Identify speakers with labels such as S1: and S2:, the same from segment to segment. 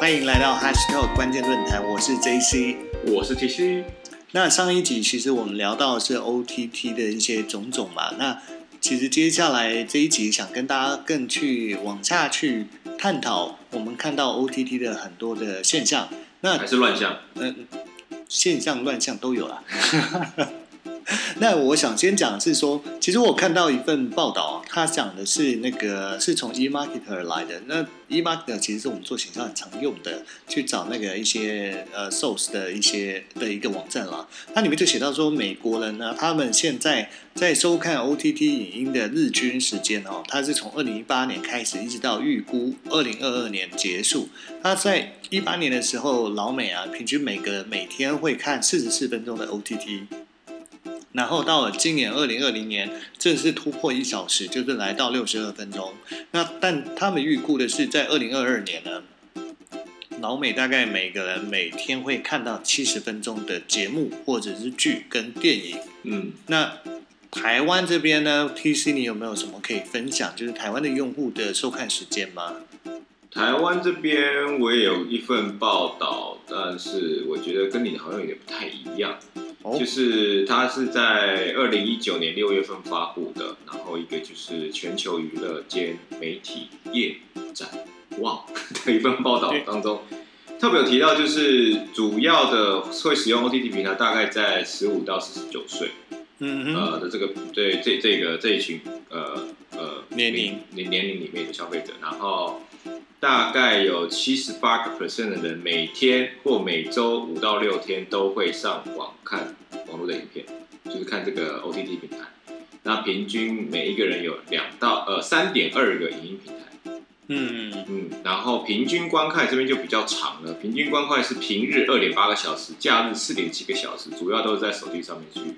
S1: 欢迎来到 Hashtag 关键论坛，我是 JC。
S2: 我是 T C，
S1: 那上一集其实我们聊到是 OTT 的一些种种嘛，那其实接下来这一集想跟大家更去往下去探讨，我们看到 OTT 的很多的现象，那
S2: 还是乱象。
S1: 现象乱象都有啦。 那我想先讲是说，其实我看到一份报道，它讲的是那个是从 eMarketer 来的。那 eMarketer 其实是我们做形象很常用的，去找那个一些呃 source 的一些的一个网站啦。它里面就写到说，美国人呢，他们现在在收看 OTT 影音的日均时间哦，它是从二零一八年开始，一直到预估二零二二年结束。它在一八年的时候，老美啊，平均每个人每天会看四十四分钟的 OTT。然后到了今年二零二零年，正式突破一小时，就是来到六十二分钟。那但他们预估的是，在二零二二年呢，老美大概每个人每天会看到七十分钟的节目或者是剧跟电影。
S2: 嗯，
S1: 那台湾这边呢，TC 你有没有什么可以分享？就是台湾的用户的收看时间吗？
S2: 台湾这边我也有一份报道，但是我觉得跟你的好像有点不太一样。
S1: 哦
S2: 就是它是在二零一九年六月份发布的，然后一个就是全球娱乐兼媒体业展望 的一份报道当中，特别有提到，就是主要的会使用 OTT 平台大概在十五到四十九岁，
S1: 嗯哼，
S2: 呃的这个对这这个这一群呃呃
S1: 年龄
S2: 年年龄里面的消费者，然后大概有七十八个 percent 的人每天或每周五到六天都会上网看网络的影片，就是看这个 OTT 平台。那平均每一个人有两到呃三点二个影音平台，
S1: 嗯，
S2: 嗯，然后平均观看这边就比较长了，平均观看是平日二点八个小时，假日四点七个小时，主要都是在手机上面去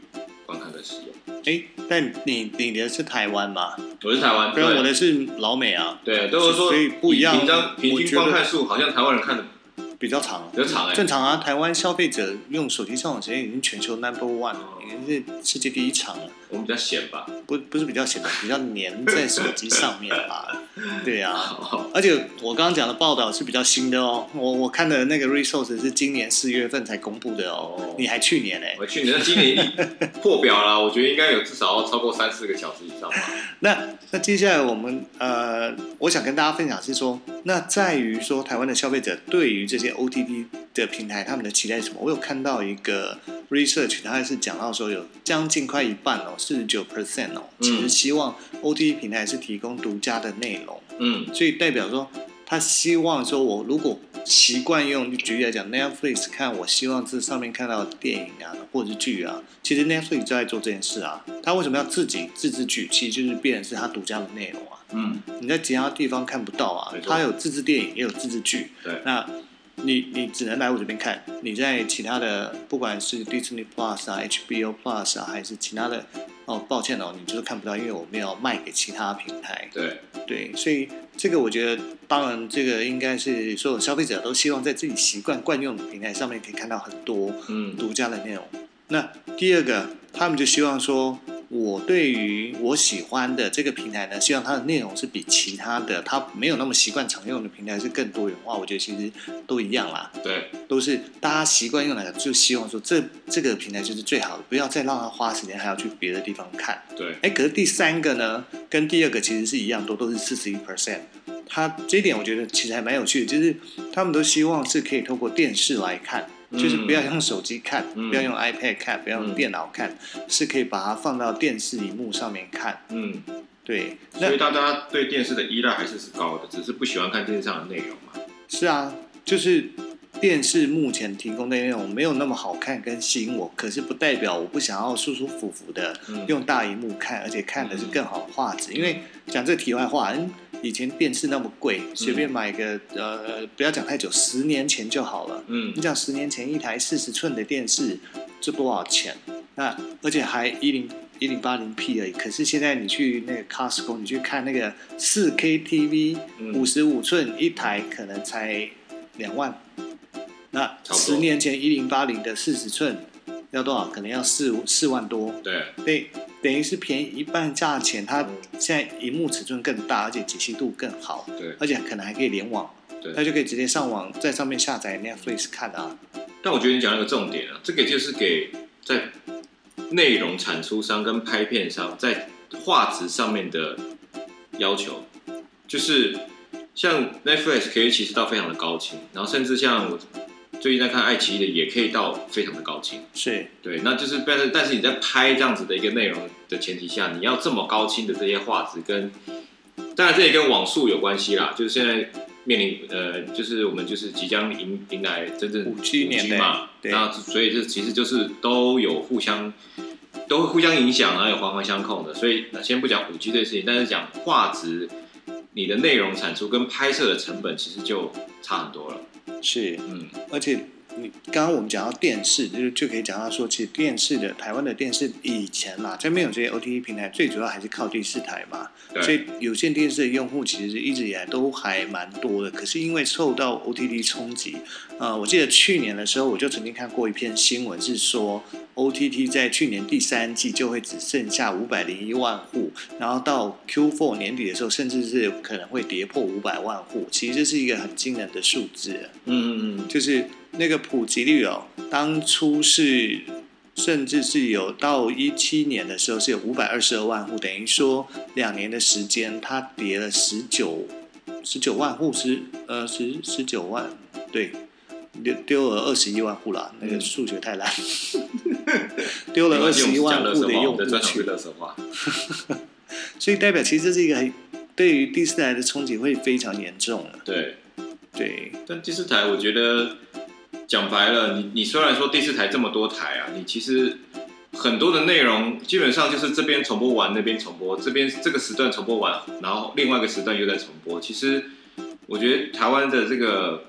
S2: 观看的使用。
S1: 哎，但你你的是台湾吗？
S2: 我是台湾，
S1: 不
S2: 对
S1: 然我的是老美啊，
S2: 对，都是说
S1: 所以不一样啊
S2: 平常平
S1: 我觉
S2: 均
S1: 得
S2: 观看数好像台湾人看的
S1: 比较长。
S2: 比较长哎、
S1: 正常啊，台湾消费者用手机上网时间已经全球 number one，了已经是世界第一长了。
S2: 我们比较闲吧。
S1: 不，不是比较闲的，比较粘在手机上面吧？ 对啊，
S2: 好，
S1: 而且我刚刚讲的报道是比较新的哦，我我看的那个 resource 是今年四月份才公布的哦，
S2: 哦
S1: 你还去年嘞、
S2: 我去年的今 年一破表了，我觉得应该有至少要超过三四个小时以上吧。
S1: 那那接下来我们呃，我想跟大家分享是说，那在于说台湾的消费者对于这些 OTT 的平台他们的期待是什么？我有看到一个 research，它是讲到说有将近快一半哦，四十九 percent 哦，
S2: 嗯
S1: 其实希望 OTT 平台是提供独家的内容，
S2: 嗯
S1: 所以代表说他希望说我如果习惯用，举例来讲 Netflix 看，我希望这上面看到的电影啊或者是剧啊，其实 Netflix 就在做这件事啊。他为什么要自己自制剧？其实就是变成是他独家的内容啊，
S2: 嗯，
S1: 你在其他地方看不到啊
S2: 没。错
S1: 他有自制电影，也有自制剧，
S2: 对，
S1: 那。你你只能来我这边看，你在其他的不管是 Disney Plus 啊、HBO Plus 啊，还是其他的哦，抱歉哦，你就是看不到，因为我没有卖给其他平台。
S2: 对，
S1: 对，所以这个我觉得，当然这个应该是所有消费者都希望在自己习惯惯用的平台上面可以看到很多
S2: 嗯
S1: 独家的内容。那第二个，他们就希望说，我对于我喜欢的这个平台呢，希望它的内容是比其他的它没有那么习惯常用的平台是更多元化。我觉得其实都一样啦，
S2: 对，
S1: 都是大家习惯用哪个，就希望说这这个平台就是最好的，不要再让它花时间还要去别的地方看。
S2: 对，
S1: 哎，可是第三个呢，跟第二个其实是一样多，都是四十一 percent。它这一点我觉得其实还蛮有趣的，就是他们都希望是可以透过电视来看，
S2: 嗯
S1: 就是不要用手机看，
S2: 嗯
S1: 不要用 iPad 看，不要用
S2: 嗯
S1: 电脑看，是可以把它放到电视荧幕上面看。
S2: 嗯，
S1: 对，
S2: 所
S1: 那
S2: 以大家对电视的依赖还是是高的，只是不喜欢看电视上的内容嘛。
S1: 是啊，就是电视目前提供的内容没有那么好看跟吸引我，可是不代表我不想要舒舒服服的
S2: 嗯，
S1: 用大荧幕看，而且看的是更好的画质。因为讲这题外话，嗯，以前电视那么贵，随便买个呃，不要讲太久，十年前就好了。
S2: 嗯
S1: 你讲十年前一台四十寸的电视，这多少钱？那而且还一零一零八零 P 而已。可是现在你去那个 Costco，你去看那个四 K TV，
S2: 嗯
S1: 五十五寸一台可能才两万。那
S2: 差不多
S1: 十年前一零八零的四十寸要多少？可能要四四万多。
S2: 对，
S1: 对，等于是便宜一半价
S2: 嗯
S1: 钱，它现在荧幕尺寸更大，而且解析度更好，
S2: 对
S1: 而且可能还可以联网，
S2: 对
S1: 他就可以直接上网在上面下载 Netflix 看啊。
S2: 但我觉得你讲那个重点啊，这个就是给在内容产出商跟拍片商在画质上面的要求，就是像 Netflix 可以其实到非常的高清，然后甚至像我最近在看爱奇艺的，也可以到非常的高清。
S1: 是，
S2: 对，那就是但是但是你在拍这样子的一个内容的前提下，你要这么高清的这些画质跟，当然这也跟网速有关系啦，就是现在面临呃，就是我们就是即将迎迎来真正
S1: 5G 年代
S2: 嘛，
S1: 对
S2: 那所以这其实就是都有互相都会互相影响，然后有环环相扣的，所以那先不讲五 G 这个事情，但是讲画质，你的内容产出跟拍摄的成本其实就差很多了，
S1: 是，
S2: 嗯，
S1: 而且你刚刚我们讲到电视，就是就可以讲到说，其实电视的台湾的电视以前啦，在没有这些 OTT 平台，最主要还是靠第四台嘛。
S2: 对
S1: 所以有线电视的用户其实一直以来都还蛮多的，可是因为受到 OTT 冲击，呃，我记得去年的时候，我就曾经看过一篇新闻，是说 OTT 在去年第三季就会只剩下五百零一万户，然后到 Q4 年底的时候，甚至是可能会跌破五百万户，其实这是一个很惊人的数字。
S2: 嗯嗯嗯，
S1: 就是那个普及率哦，当初是甚至是有到一七年的时候是有五百二十二万户，等于说两年的时间它跌了十九十九万户，十呃十十九万对。丢丢了二十一万户啦，那个
S2: 嗯
S1: 数学太烂， 丢了二十一万户的用户
S2: 的专场
S1: 群
S2: 是，乐色话，
S1: 所以代表其实这是一个很对于第四代的冲击会非常严重的。
S2: 对。
S1: 对，
S2: 但第四台，我觉得讲白了，你你虽然说第四台这么多台啊，你其实很多的内容基本上就是这边重播完，那边重播，这边这个时段重播完，然后另外一个时段又在重播。其实我觉得台湾的这个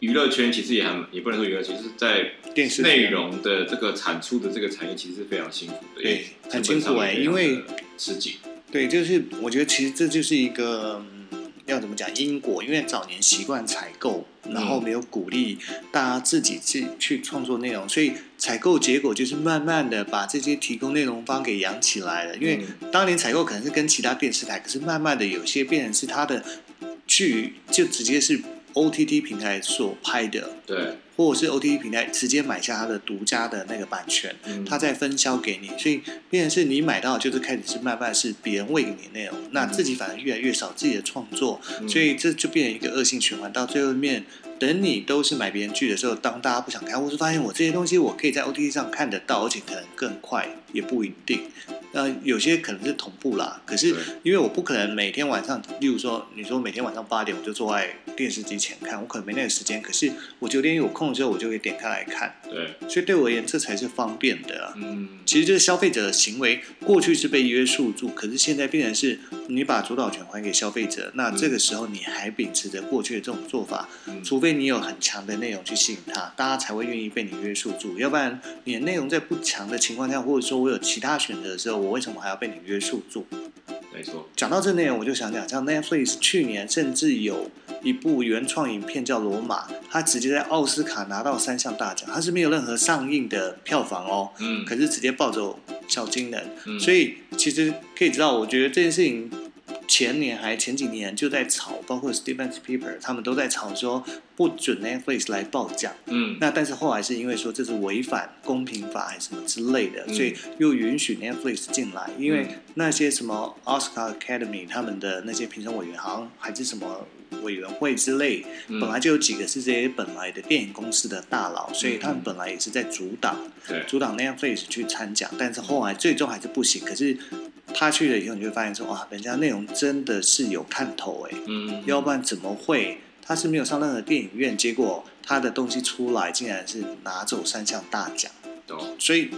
S2: 娱乐圈其实也还也不能说娱乐圈，就是在
S1: 电视
S2: 内容的这个产出的这个产业其实是非常辛苦的，
S1: 对
S2: 因为
S1: 很辛苦欸
S2: 成本上也
S1: 因为
S2: 非常的吃紧，
S1: 对，就是我觉得其实这就是一个、嗯、要怎么讲因果，因为早年习惯采购，然后没有鼓励大家自己去去创作内容，所以采购结果就是慢慢的把这些提供内容方给养起来了。因
S2: 嗯
S1: 为当年采购可能是跟其他电视台，可是慢慢的有些变成是它的剧就直接是 OTT 平台所拍的，
S2: 嗯对，
S1: 或者是 OTT 平台直接买下它的独家的那个版权。
S2: 嗯
S1: 他再分销给你，所以变成是你买到的就是开始是慢慢是别人喂给你的内容，那自己反而越来越少自己的创作，
S2: 嗯
S1: 所以这就变成一个恶性循环。到最后面，等你都是买别人剧的时候，当大家不想看，或是发现我这些东西我可以在 OTT 上看得到，而且可能更快，也不一定。呃，有些可能是同步啦，可是
S2: 对
S1: 因为我不可能每天晚上，例如说，你说每天晚上八点我就坐在电视机前看，我可能没那个时间，可是我九点有空的时候，我就可以点开来看，
S2: 对，
S1: 所以对我而言，这才是方便的啊。
S2: 嗯，
S1: 其实就是消费者的行为，过去是被约束住，可是现在变成是你把主导权还给消费者，那这个时候你还秉持着过去的这种做法，
S2: 嗯
S1: 除非你有很强的内容去吸引他，大家才会愿意被你约束住，要不然你的内容在不强的情况下，或者说我有其他选择的时候，我为什么还要被你约束住？
S2: 没错，
S1: 讲到这内容，我就想讲，像 Netflix 去年甚至有一部原创影片叫《罗马》，它直接在奥斯卡拿到三项大奖，它是没有任何上映的票房哦。
S2: 嗯，
S1: 可是直接抱走小金人，
S2: 嗯
S1: 所以其实可以知道，我觉得这件事情前年还前几年就在吵，包括 Steven Spielberg 他们都在吵说不准 Netflix 来报奖。
S2: 嗯，
S1: 那但是后来是因为说这是违反公平法还是什么之类的，
S2: 嗯
S1: 所以又允许 Netflix 进来，因为
S2: 嗯
S1: 那些什么 Oscar Academy 他们的那些评审委员好像还是什么委员会之类，
S2: 嗯
S1: 本来就有几个是这些本来的电影公司的大佬，所以他们
S2: 嗯
S1: 本来也是在阻挡。
S2: 对，
S1: 阻挡 Netflix 去参奖，但是后来最终还是不行。可是他去了以后，你就会发现说，哇，人家内容真的是有看头哎，
S2: 嗯，
S1: 要不然怎么会他是没有上任何电影院，结果他的东西出来竟然是拿走三项大奖，
S2: 懂，
S1: 所以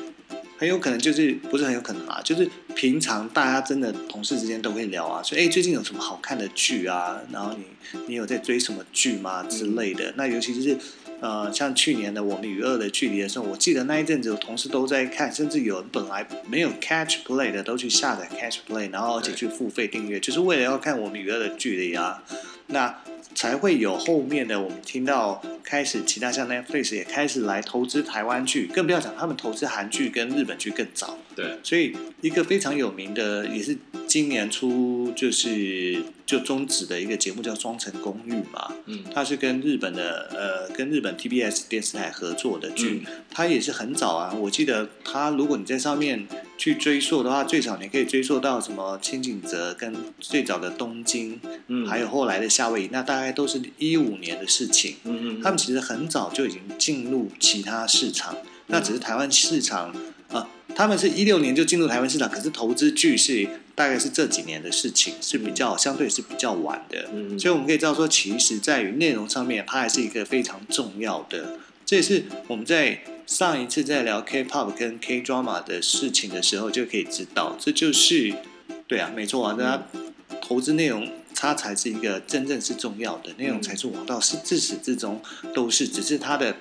S1: 很有可能就是不是很有可能啊，就是平常大家真的同事之间都会聊啊，说哎、最近有什么好看的剧啊，然后你你有在追什么剧吗之类的。那尤其就是呃像去年的《我们与恶的距离》的时候，我记得那一阵子有同事都在看，甚至有人本来没有 Catch Play 的都去下载 Catch Play，然后而且去付费订阅，就是为了要看《我们与恶的距离》啊。那才会有后面的我们听到开始其他像 Netflix 也开始来投资台湾剧，更不要讲他们投资韩剧跟日本剧更早。
S2: 对，
S1: 所以一个非常有名的，也是今年初就是就终止的一个节目叫《双层公寓》嘛，
S2: 嗯
S1: 它是跟日本的呃跟日本 TBS 电视台合作的剧，
S2: 嗯
S1: 它也是很早啊，我记得它如果你在上面去追溯的话，最早你可以追溯到什么千景泽跟最早的东京，
S2: 嗯
S1: 还有后来的夏威夷，那大概都是一五年的事情。
S2: 嗯嗯，
S1: 他们其实很早就已经进入其他市场，
S2: 嗯
S1: 那只是台湾市场啊，他们是一六年就进入台湾市场，可是投资剧是大概是这几年的事情，是比较相对是比较晚的，
S2: 嗯
S1: 所以我们可以知道说，其实在于内容上面，它还是一个非常重要的，这也是我们在。上一次在聊 K-pop 跟 K-drama 的事情的时候，就可以知道，这就是对啊，没错啊，那它投资内容它才是一个真正是重要的，内容才是王道，是自始至终都是，只是它的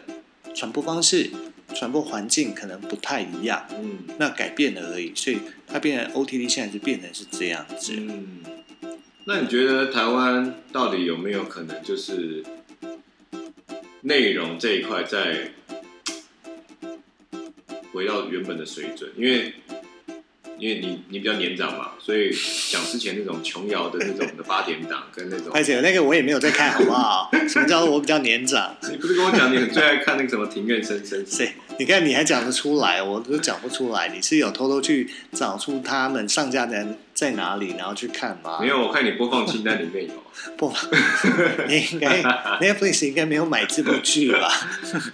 S1: 传播方式、传播环境可能不太一样，
S2: 嗯
S1: 那改变了而已，所以它变成 OTT 现在就变成是这样子。
S2: 嗯，那你觉得台湾到底有没有可能就是内容这一块再回到原本的水准？因为因为你你比较年长嘛，所以讲之前那种琼瑶的那种的八点档跟那种，
S1: 而且那个我也没有在看，好不好？ 什么叫我比较年长？
S2: 你不是跟我讲你很最爱看那个什么《庭院深深》？
S1: 谁？你看你还讲得出来，我都讲不出来。你是有偷偷去找出他们上架在在哪里，然后去看吗？
S2: 没有，我看你播放清单里面有。
S1: 不， 你应 该 Netflix 应该没有买这部剧吧？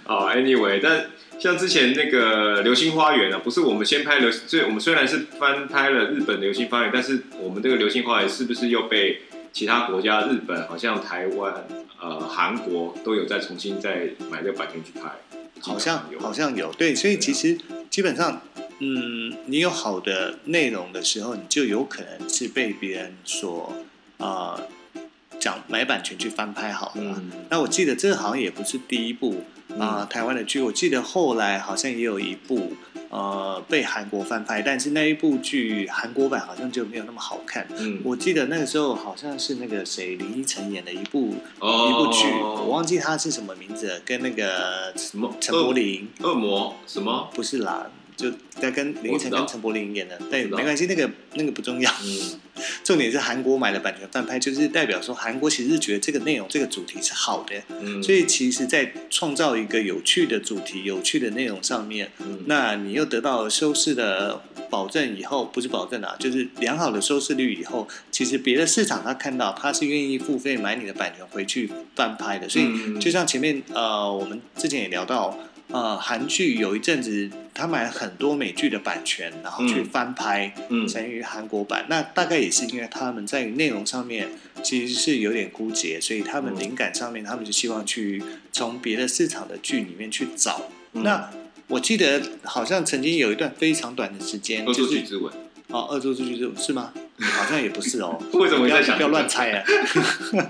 S2: 哦，anyway，但像之前那个《流星花园》啊，不是我们先拍流，所以我们虽然是翻拍了日本《流星花园》，但是我们这个《流星花园》是不是又被其他国家，日本好像台湾、呃韩国都有在重新再买这个版权去拍，
S1: 好像
S2: 有，
S1: 好像有对，所以
S2: 对啊
S1: 其实基本上，嗯，你有好的内容的时候，你就有可能是被别人所啊讲买版权去翻拍好了。
S2: 嗯
S1: 那我记得这好像也不是第一部啊、
S2: 嗯
S1: 台湾的剧，我记得后来好像也有一部呃被韩国翻拍，但是那一部剧韩国版好像就没有那么好看。
S2: 嗯，
S1: 我记得那个时候好像是那个谁林依晨演的一部
S2: 哦
S1: 一部剧，我忘记它是什么名字了，跟那个
S2: 什么
S1: 陈柏霖
S2: 恶恶魔什么？
S1: 不是啦，就在跟林依晨
S2: 哦我知道
S1: 跟陈柏霖演的，对，
S2: 知道
S1: 没关系，那个那个不重要，
S2: 嗯
S1: 重点是韩国买了版权翻拍，就是代表说韩国其实觉得这个内容这个主题是好的，
S2: 嗯，
S1: 所
S2: 以
S1: 以其实，在创造一个有趣的主题、有趣的内容上面，
S2: 嗯
S1: 那你又得到了收视的保证以后，不是保证啊，就是良好的收视率以后，其实别的市场他看到他是愿意付费买你的版权回去翻拍的，所以
S2: 嗯
S1: 就像前面呃，我们之前也聊到，呃，韩剧有一阵子他买了很多美剧的版权，然后去
S2: 嗯
S1: 翻拍
S2: 嗯
S1: 成于韩国版，那大概也是因为他们在内容上面其实是有点枯竭，所以他们
S2: 嗯
S1: 灵感上面他们就希望去从别的市场的剧里面去找。
S2: 嗯
S1: 那我记得好像曾经有一段非常短的时间，
S2: 恶
S1: 就
S2: 作剧
S1: 是
S2: 之吻，
S1: 哦，恶作剧之吻是吗？好像也不是 哦。
S2: 为什么
S1: 不
S2: 你
S1: 要
S2: 在想？
S1: 不要乱猜啊！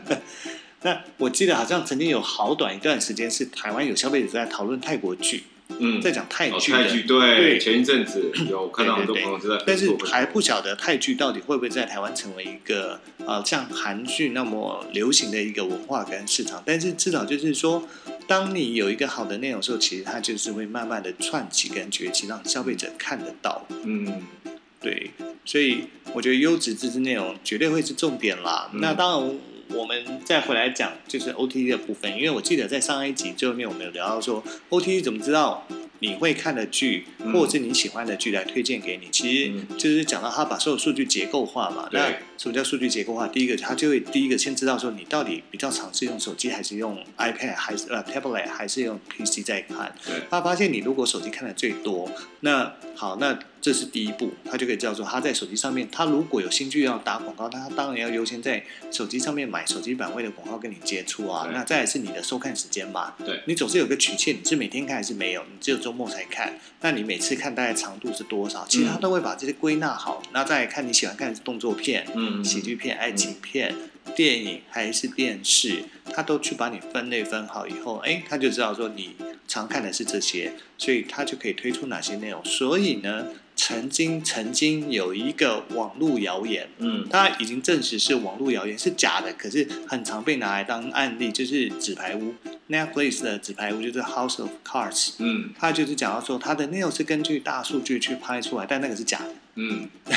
S1: 那我记得好像曾经有好短一段时间是台湾有消费者在讨论泰国剧，
S2: 嗯，
S1: 在讲泰
S2: 哦
S1: 剧
S2: 泰
S1: 的，
S2: 剧对，
S1: 对
S2: 前一 阵子有看到很多
S1: 对对对
S2: 朋友是在 Facebook
S1: 但是
S2: 分享，
S1: 还不晓得泰剧到底会不会在台湾成为一个呃像韩剧那么流行的一个文化跟市场。但是至少就是说，当你有一个好的内容的时候，其实它就是会慢慢的串起跟崛起，让消费者看得到。
S2: 嗯。
S1: 对，所以我觉得优质自制内容绝对会是重点啦。
S2: 嗯
S1: 那当然，我们再回来讲就是 OTT 的部分，因为我记得在上一集最后面我们有聊到说，OTT 怎么知道你会看的剧
S2: 嗯
S1: 或者是你喜欢的剧来推荐给你？其实
S2: 嗯
S1: 就是讲到它把所有数据结构化嘛。
S2: 对
S1: 那什么叫数据结构化？第一个，它就会第一个先知道说你到底比较常是用手机还是用 iPad 还是呃 tablet 还是用 PC 在看。
S2: 对，
S1: 他发现你如果手机看的最多，那好，那这是第一步，他就可以知道说他在手机上面，他如果有兴趣要打广告，那他当然要优先在手机上面买手机版位的广告跟你接触啊。
S2: 对
S1: 那再来是你的收看时间嘛，
S2: 对
S1: 你总是有个曲线，你是每天看还是没有？你只有周末才看，那你每次看大概长度是多少？其实他都会把这些归纳好，那再来看你喜欢看的是动作片、
S2: 嗯
S1: 喜剧，片、爱情片、电影还是电视，他都去把你分类分好以后，哎，他就知道说你常看的是这些，所以他就可以推出哪些内容。所以呢，曾经曾经有一个网络谣言，
S2: 嗯
S1: 它已经证实是网络谣言，是假的，可是很常被拿来当案例，就是纸牌屋 Netflix 的纸牌屋就是 House of Cards。
S2: 嗯
S1: 它就是讲到说，它的内容是根据大数据去拍出来，但那个是假的，
S2: 嗯，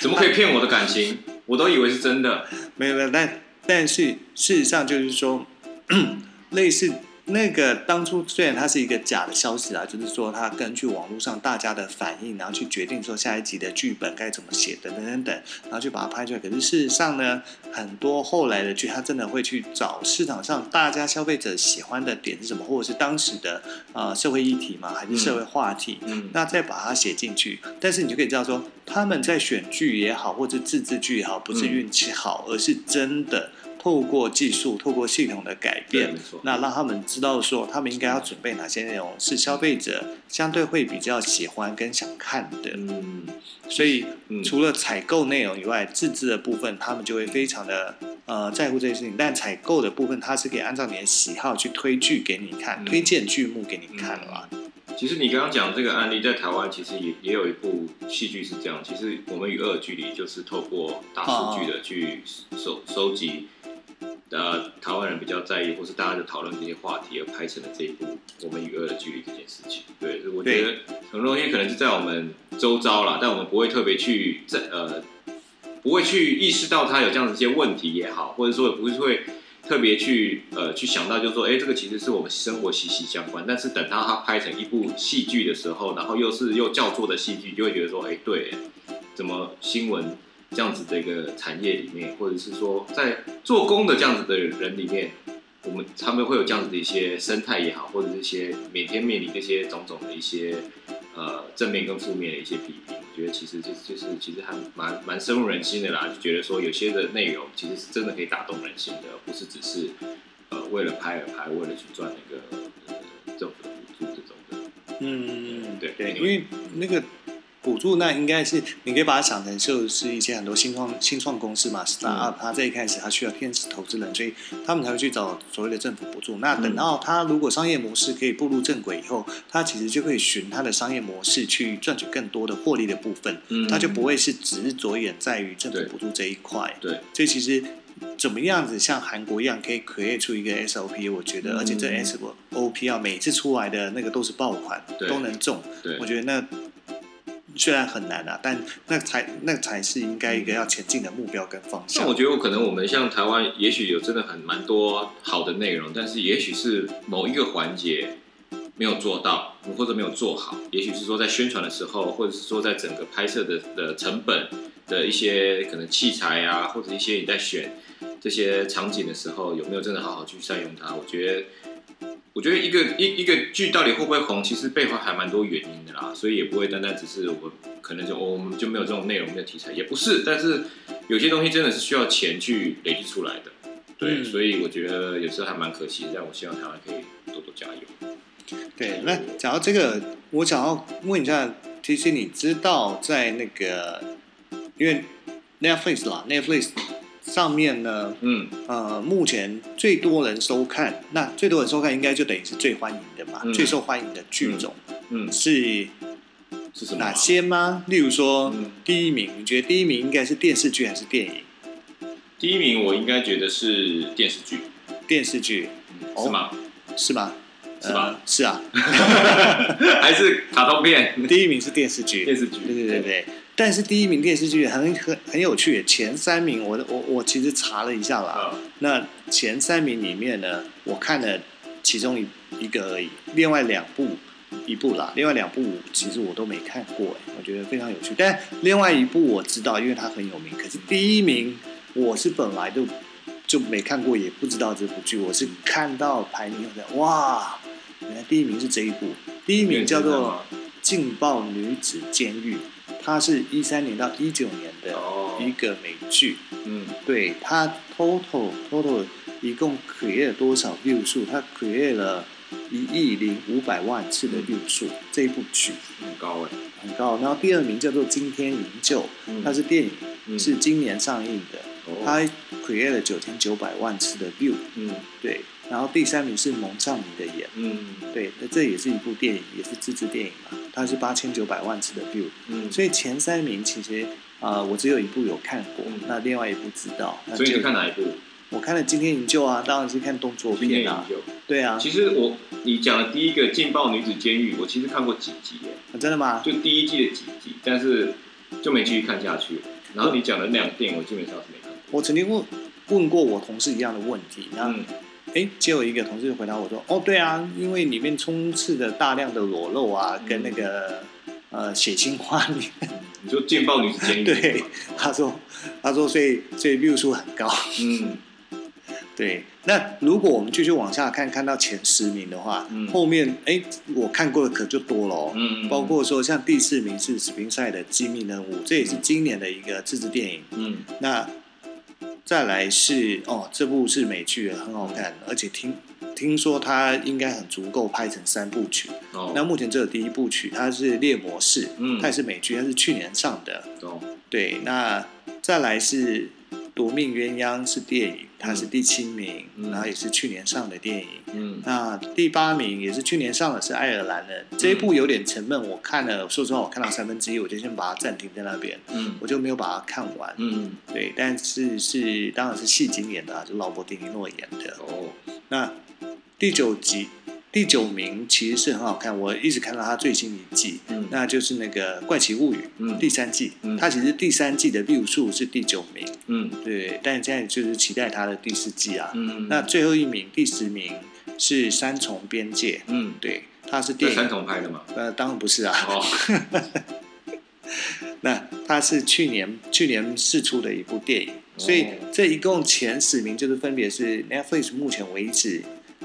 S2: 怎么可以骗我的感情？我都以为是真的。
S1: 没有没有，但但是事实上就是说， 类似那个当初虽然它是一个假的消息啦，就是说它根据网络上大家的反应，然后去决定说下一集的剧本该怎么写，等等等等，然后去把它拍出来。可是事实上呢，很多后来的剧，它真的会去找市场上大家消费者喜欢的点是什么，或者是当时的呃社会议题嘛，还是社会话题，
S2: 嗯，
S1: 那再把它写进去，但是你就可以知道说，他们在选剧也好，或者自制剧也好，不是
S2: 嗯
S1: 运气好，而是真的透过技术、透过系统的改
S2: 对，
S1: 变
S2: 没，错。
S1: 那让他们知道说，他们应该要准备哪些内容是消费者相对会比较喜欢跟想看的。
S2: 嗯
S1: 所以
S2: 嗯，
S1: 除了采购内容以外，自制的部分他们就会非常的呃在乎这些事情，但采购的部分它是可以按照你的喜好去推剧给你看，
S2: 嗯
S1: 推荐剧目给你看啦。
S2: 其实你刚刚讲这个案例，在台湾其实也也有一部戏剧是这样。其实我们与恶的距离就是透过大数据的去收收集，呃，台湾人比较在意或是大家就讨论这些话题而拍成的这一部《我们与恶的距离》这件事情。对，所以我觉得很多东西可能是在我们周遭啦，但我们不会特别去在呃，不会去意识到它有这样子一些问题也好，或者说也不会特别去呃去想到，就是说，哎、这个其实是我们生活息息相关。但是等到它拍成一部戏剧的时候，然后又是又叫做的戏剧，就会觉得说，哎、对，怎么新闻这样子的一个产业里面，或者是说在做工的这样子的人里面，我们他们会有这样子的一些生态也好，或者是一些每天面临这些种种的一些呃正面跟负面的一些批评，我觉得其实就就是其实还蛮蛮深入人心的啦，就觉得说有些的内容其实是真的可以打动人心的，而不是只是呃为了拍而拍，为了去赚那个、呃、政府的补助这种的。
S1: 嗯，
S2: 对
S1: 对，因为那个补助那应该是，你可以把它想成就是一些很多新创新创公司
S2: 嗯
S1: 嘛，start up，它在一开始它需要天使投资人，所以他们才会去找所谓的政府补助。
S2: 嗯
S1: 那等到它如果商业模式可以步入正轨以后，它其实就可以循它的商业模式去赚取更多的获利的部分，
S2: 嗯
S1: 它就不会是只着眼在于政府
S2: 对
S1: 补助这一块。
S2: 对，
S1: 这其实怎么样子像韩国一样可以 create 出一个 SOP，我觉得，
S2: 嗯
S1: 而且这 SOP 啊，每次出来的那个都是爆款，
S2: 对
S1: 都能中。
S2: 对
S1: 我觉得那虽然很难啊，但那才那才是应该一个要前进的目标跟方
S2: 那
S1: 向。
S2: 我觉得我可能我们像台湾，也许有真的很蛮多好的内容，但是也许是某一个环节没有做到，或者没有做好，也许是说在宣传的时候，或者是说在整个拍摄的的成本的一些可能器材啊，或者一些你在选这些场景的时候，有没有真的好好去善用它？我觉得。我觉得一个一一个剧到底会不会红，其实背后还蛮多原因的啦，所以也不会单单只是我可能就哦我们就没有这种内容的题材，也不是。但是有些东西真的是需要钱去累积出来的，对，
S1: 嗯
S2: 所以我觉得有时候还蛮可惜。但我希望台湾可以多多加油。
S1: 对，那讲到这个，我想要问一下 T C，你知道在那个因为 Netflix 啦，Netflix 上面呢，
S2: 嗯
S1: 呃，目前最多人收看，那最多人收看应该就等于是最欢迎的嘛，
S2: 嗯
S1: 最受欢迎的剧种、
S2: 嗯，
S1: 是
S2: 是什么啊？
S1: 哪些吗？例如说、
S2: 嗯
S1: 第一名，你觉得第一名应该是电视剧还是电影？
S2: 第一名我应该觉得是电视剧，
S1: 电视剧
S2: 嗯
S1: 哦
S2: 是吗？
S1: 是吗？
S2: 是吧
S1: 呃是啊，
S2: 还是卡通 片？
S1: 第一名是电视剧，
S2: 电视剧？
S1: 对对对对。但是第一名电视剧很很很有趣，前三名我我我其实查了一下啦，
S2: 啊，
S1: 那前三名里面呢，我看了其中一一个而已，另外两部一部啦，另外两部其实我都没看过、欸，我觉得非常有趣。但另外一部我知道，因为它很有名。可是第一名我是本来就就没看过，也不知道这部剧，我是看到排名后才哇，原来第一名是这一部，第一名叫做《劲爆女子监狱》，它是一三年到一九年的
S2: 哦，
S1: 一个美剧。
S2: 嗯
S1: 对它 total total 一共 create 了多少 view 数？它 create 了一亿零五百万次的 view 数，这一部剧
S2: 很高哎，
S1: 很高。然后第二名叫做《惊天营救》，
S2: 嗯
S1: 它是电影，
S2: 嗯
S1: 是今年上映的，
S2: 哦
S1: 它 create 了九千九百万次的 view。
S2: 嗯
S1: 对，然后第三名是蒙尚明的眼，
S2: 嗯
S1: 对，那这也是一部电影，也是自制电影嘛，它是八千九百万次的 view。
S2: 嗯，
S1: 所以前三名其实啊、呃我只有一部有看过，
S2: 嗯
S1: 那另外一部知道。那
S2: 所以
S1: 这
S2: 你看哪一部？
S1: 我看了《今天营救》啊，当然是看动作
S2: 今天
S1: 片啊
S2: 研。究。
S1: 对啊，
S2: 其实我你讲的第一个《劲爆女子监狱》，我其实看过几集耶，
S1: 啊真的吗？
S2: 就第一季的几集，但是就没继续看下去。然后你讲的那两店，我基本上是没看过。
S1: 我曾经问问过我同事一样的问题，然后
S2: 嗯，
S1: 哎，结果一个同事回答我说：“哦，对啊，因为里面充斥着大量的裸露啊，跟那个
S2: 嗯
S1: 呃血腥画面。
S2: 你说劲爆女 子监狱，
S1: 对，他说，他说，所以所以六数很高。
S2: 嗯
S1: 对，那如果我们继续往下看，看到前十名的话，
S2: 嗯
S1: 后面哎，我看过的可就多了、哦。
S2: 嗯，嗯
S1: 包括说，像第四名是史宾塞的《机密任务》，这也是今年的一个自制电影。
S2: 嗯
S1: 那再来是哦，这部是美剧，很好看，而且听听说它应该很足够拍成三部曲。
S2: 哦，
S1: 那目前只有第一部曲，它是《猎魔士》，
S2: 嗯
S1: 它也是美剧，它是去年上的。
S2: 懂
S1: 对，那再来是《夺命鸳鸯》是电影，它是第七名，
S2: 嗯
S1: 然后也是去年上的电影。
S2: 嗯
S1: 那第八名也是去年上的是爱尔兰人，这一部有点沉闷，我看了，说实话，我看到三分之一，我就先把它暂停在那边，
S2: 嗯
S1: 我就没有把它看完。
S2: 嗯
S1: 对，但是是当然是戏精演的、啊，就劳勃·迪尼诺演的。
S2: 哦，
S1: 那第九集第九名其实是很好看，我一直看到它最新一季，
S2: 嗯
S1: 那就是那个《怪奇物语》
S2: 嗯
S1: 第三季，
S2: 嗯
S1: 它其实第三季的六数是第九名，
S2: 嗯
S1: 对，但现在就是期待它的第四季啊。
S2: 嗯，
S1: 那最后一名第十名是《三重边界》，
S2: 嗯，
S1: 对，它是电
S2: 在
S1: 影
S2: 三，重拍的嘛，
S1: 呃，当然不是啊，
S2: 哦，
S1: 那它是去年去年试出的一部电
S2: 哦
S1: 影，所以这一共前十名就是分别是 Netflix 目前为止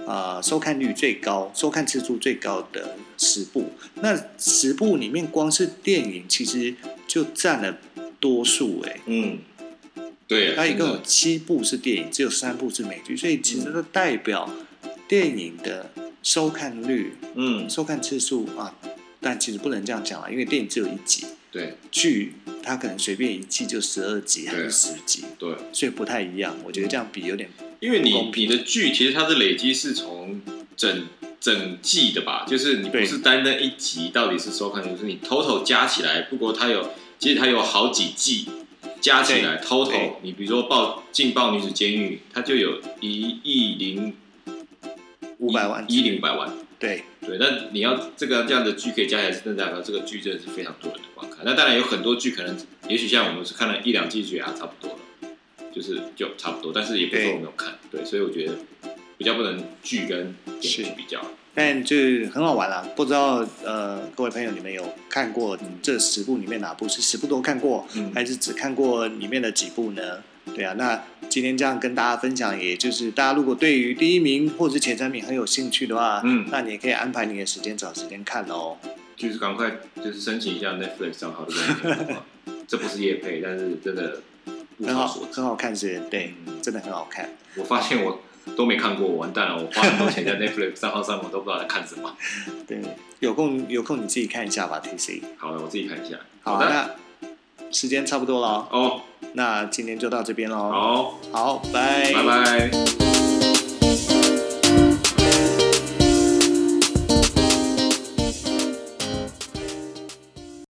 S1: 啊、呃收看率最高、收看次数最高的十部。那十部里面，光是电影其实就占了多数哎、
S2: 嗯，对，
S1: 它一
S2: 真的
S1: 共有七部是电影，只有三部是美剧，所以其实它代表电影的收看率、
S2: 嗯，
S1: 收看次数啊。但其实不能这样讲啊，因为电影只有一集，
S2: 对
S1: 剧它可能随便一季就十二集还
S2: 对啊
S1: 是十集，
S2: 对，
S1: 所以不太一样。我觉得这样比有点
S2: 因为
S1: 不
S2: 你
S1: 公
S2: 你
S1: 平
S2: 的剧其实它的累积是从整整季的吧，就是你不
S1: 对
S2: 是单单一集到底是收看，就是你 total 加起来，不过它有其实它有好几季加起来 total，
S1: 对
S2: 你比如说爆劲爆女子监狱，它就有一亿零
S1: 五百万。
S2: 一零五百万。
S1: 对
S2: 对，那你要这个这样的剧可以加起来，是真的代表这个剧真的是非常多人的观看。那当然有很多剧可能，也许像我们是看了一两季，觉得啊差不多了，就是就差不多，但是也不是
S1: 对
S2: 我没有看，对，所以我觉得比较不能剧跟电视
S1: 是
S2: 剧比较，
S1: 但就是很好玩啦、不知道呃，各位朋友你们有看过这十部里面哪部是十部都看过，
S2: 嗯
S1: 还是只看过里面的几部呢？对啊，那今天这样跟大家分享，也就是大家如果对于第一名或者是前三名很有兴趣的话，
S2: 嗯
S1: 那你也可以安排你的时间找时间看喽。
S2: 就是赶快就是申请一下 Netflix 账号的这 个，这不是业配，但是真的物
S1: 很
S2: 超
S1: 好，
S2: 所值
S1: 很。好看是，对，
S2: 嗯
S1: 真的很好看。
S2: 我发现我都没看过，完蛋了，我花很多钱在 Netflix 账号上，我都不知道在看什么。
S1: 对，有空有空你自己看一下吧，T C。
S2: 好了，我自己看一下。
S1: 好，
S2: 的，
S1: 那时间差不多了哦，
S2: 哦，
S1: 那今天就到这边喽。
S2: 好，
S1: 好，
S2: 拜拜。